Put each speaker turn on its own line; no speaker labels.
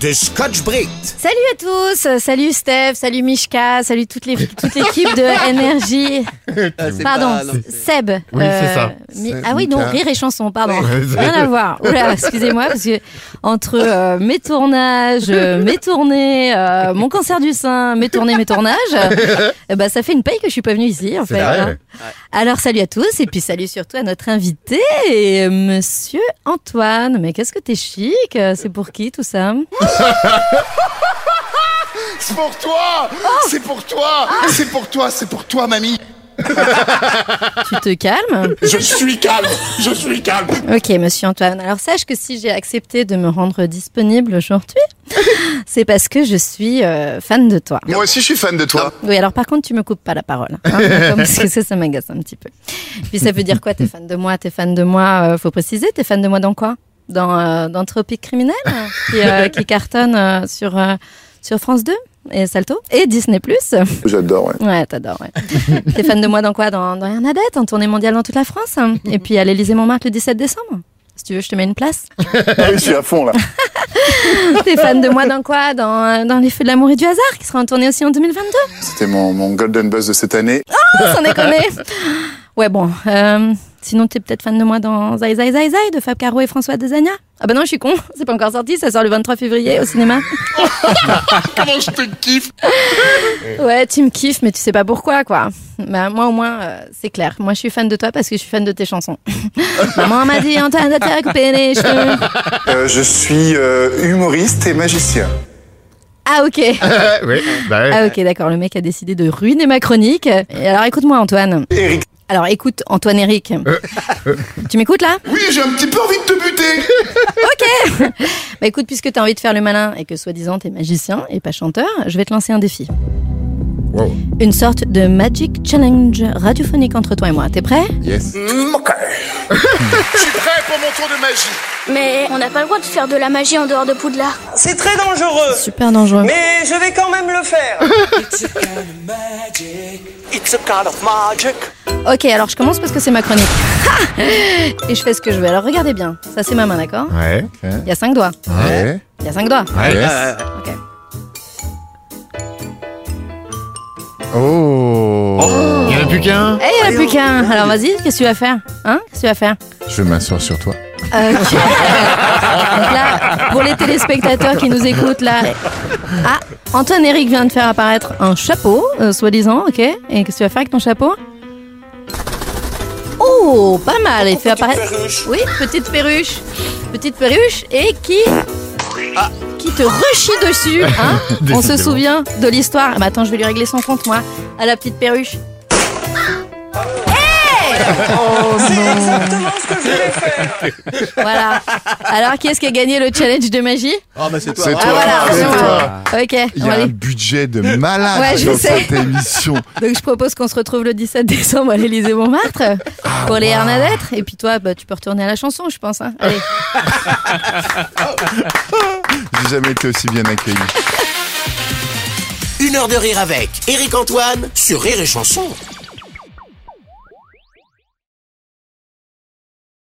de Scotch Brit.
Salut à tous, euh, salut Steph, salut Mishka, salut toute les- toute l'équipe de Énergie. Pardon, Seb.
Oui, c'est ça.
Mi-
Seb,
ah oui, non,
hein. Mika.
rire et chanson, pardon.
Ouais.
Rien à voir. Oula, excusez-moi, parce que entre euh, mes tournages, euh, mes tournées, euh, mon cancer du sein, mes tournées, mes tournages, euh, eh ben, ça fait une paye que je suis pas venue ici, en fait.
vrai.
hein. Alors, salut à tous, et puis salut surtout à notre invité, euh, monsieur Antoine. Mais qu'est-ce que t'es chic, euh, c'est pour qui tout ça
C'est pour toi C'est pour toi C'est pour toi, c'est pour toi, mamie
Tu te calmes
Je suis calme Je suis calme
Ok, monsieur Antoine. Alors, sache que si j'ai accepté de me rendre disponible aujourd'hui, c'est parce que je suis euh, fan de toi.
Moi aussi, je suis fan de toi.
Oui, alors par contre, tu me coupes pas la parole. hein, d'accord, parce que ça, ça m'agace un petit peu. Puis ça veut dire quoi T'es fan de moi T'es fan de moi euh, Faut préciser, t'es fan de moi dans quoi dans, euh, dans Tropique Criminel, euh, qui, euh, qui cartonne euh, sur, euh, sur France 2 et Salto et Disney+.
J'adore, ouais.
Ouais, t'adores, ouais. T'es fan de moi dans quoi Dans, dans Hernadette, en tournée mondiale dans toute la France. hein. Et puis à l'Élysée-Montmartre le 17 décembre. Si tu veux, je te mets une place.
Ah je suis à fond, là.
T'es fan de moi dans quoi dans, euh, dans Les Feux de l'amour et du hasard, qui sera en tournée aussi en 2022.
C'était mon, mon golden buzz de cette année.
Oh, sans déconner Ouais, bon. euh, sinon, t'es peut-être fan de moi dans Zai Zai Zai Zai de Fab Caro et François Desagna. Ah bah non, je suis con. C'est pas encore sorti, ça sort le 23 février au cinéma.
Comment je te kiffe
Ouais, tu me kiffes, mais tu sais pas pourquoi, quoi. Bah, moi, au moins, euh, c'est clair. Moi, je suis fan de toi parce que je suis fan de tes chansons. Maman m'a dit, Antoine, de te couper les cheveux.
Euh, Je suis euh, humoriste et magicien.
Ah, ok.
oui, bah ouais.
Ah, ok, d'accord. Le mec a décidé de ruiner ma chronique. Et alors, écoute-moi, Antoine.
Eric.
Alors, écoute, Antoine Eric.
Euh,
Tu m'écoutes, là?
Oui, j'ai un petit peu envie de te buter
Bah, écoute, puisque t'as envie de faire le malin et que, soi-disant, t'es magicien et pas chanteur, je vais te lancer un défi.
Wow.
Une sorte de magic challenge radiophonique entre toi et moi. T'es prêt?
Yes. je suis prêt pour mon tour de magie.
Mais on n'a pas le droit de faire de la magie en dehors de Poudlard.
C'est très dangereux,
Super dangereux.
mais je vais quand même le faire.
Ok, alors je commence parce que c'est ma chronique. Ha Et je fais ce que je veux. Alors regardez bien. Ça, c'est ma main, d'accord
Ouais.
Il y a cinq doigts.
Ouais.
Il y a cinq doigts.
Ouais.
Yes.
Ok. Eh,
Oh.
Il y en a plus qu'un.
Eh, il y en a plus qu'un. Alors vas-y, qu'est-ce que tu vas faire Hein Qu'est-ce que tu vas faire
Je m'assure sur toi.
Ok. Donc là, pour les téléspectateurs qui nous écoutent, là. Ah, Antoine Eric vient de faire apparaître un chapeau, euh, soi-disant, ok Et qu'est-ce que tu vas faire avec ton chapeau Oh, pas mal. Il fait apparaître. Oui, petite perruche. Petite perruche et qui. Qui te rechie dessus, hein On se
Décidément.
souvient de l'histoire. Ah bah attends, je vais lui régler son compte, moi, à la petite perruche.
C'est exactement ce que je voulais faire.
Voilà. Alors, qui est-ce qui a gagné le challenge de magie
C'est toi.
Ah voilà,
c'est
c'est
toi.
moi. Ok,
Il
on
y
va
a un
aller.
budget de malade
Ouais, je
dans
sais.
cette émission.
Donc je propose qu'on se retrouve le 17 décembre à l'Élysée Montmartre pour les Hernadettes. Et puis toi, bah, tu peux retourner à la chanson, je pense. hein. Allez.
J'ai jamais été aussi bien accueilli.
Une heure de rire avec Eric Antoine sur Rire et Chanson.